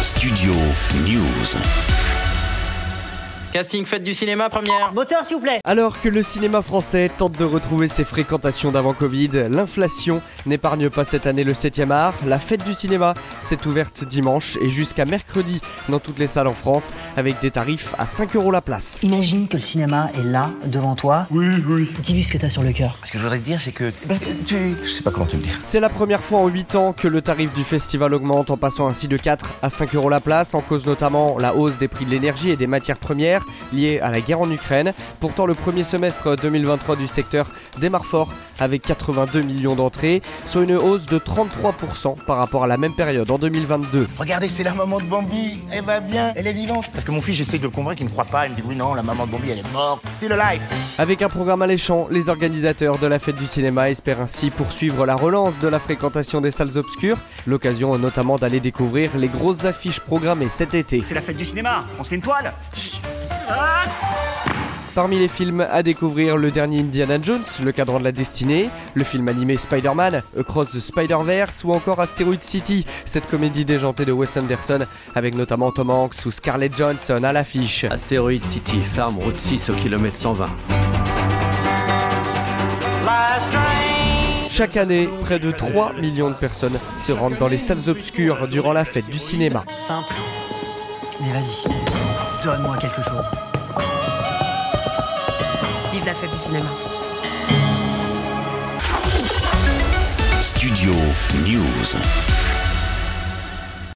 Studio News. Casting Fête du cinéma première. Moteur s'il vous plaît Alors que le cinéma français tente de retrouver ses fréquentations d'avant Covid, l'inflation n'épargne pas cette année le 7e art. La fête du cinéma s'est ouverte dimanche et jusqu'à mercredi dans toutes les salles en France avec des tarifs à 5 euros la place. Imagine que le cinéma est là, devant toi. Oui, oui. Dis-lui ce que t'as sur le cœur. Ce que je voudrais te dire, c'est que. parce que tu- Je sais pas comment te le dire. C'est la première fois en 8 ans que le tarif du festival augmente en passant ainsi de 4 à 5 euros la place, en cause notamment la hausse des prix de l'énergie et des matières premières liées à la guerre en Ukraine. Pourtant, le premier semestre 2023 du secteur démarre fort avec 82 millions d'entrées, soit une hausse de 33% par rapport à la même période en 2022. Regardez, c'est la maman de Bambi. Elle va bien, elle est vivante. Parce que mon fils, j'essaie de le convaincre, il ne croit pas. Il me dit oui, non, la maman de Bambi, elle est morte. Still alive. Avec un programme alléchant, les organisateurs de la fête du cinéma espèrent ainsi poursuivre la relance de la fréquentation des salles obscures, l'occasion notamment d'aller découvrir les grosses affiches programmées cet été. C'est la fête du cinéma, on se fait une toile Parmi les films à découvrir, le dernier Indiana Jones, Le cadran de la destinée, le film animé Spider-Man, Across the Spider-Verse ou encore Asteroid City, cette comédie déjantée de Wes Anderson avec notamment Tom Hanks ou Scarlett Johansson à l'affiche. Astéroïde City, Farm, route 6 au kilomètre 120. Chaque année, près de 3 millions de personnes se rendent dans les salles obscures durant la fête du cinéma. Simple. Mais vas-y, donne-moi quelque chose. Vive la fête du cinéma. Studio News.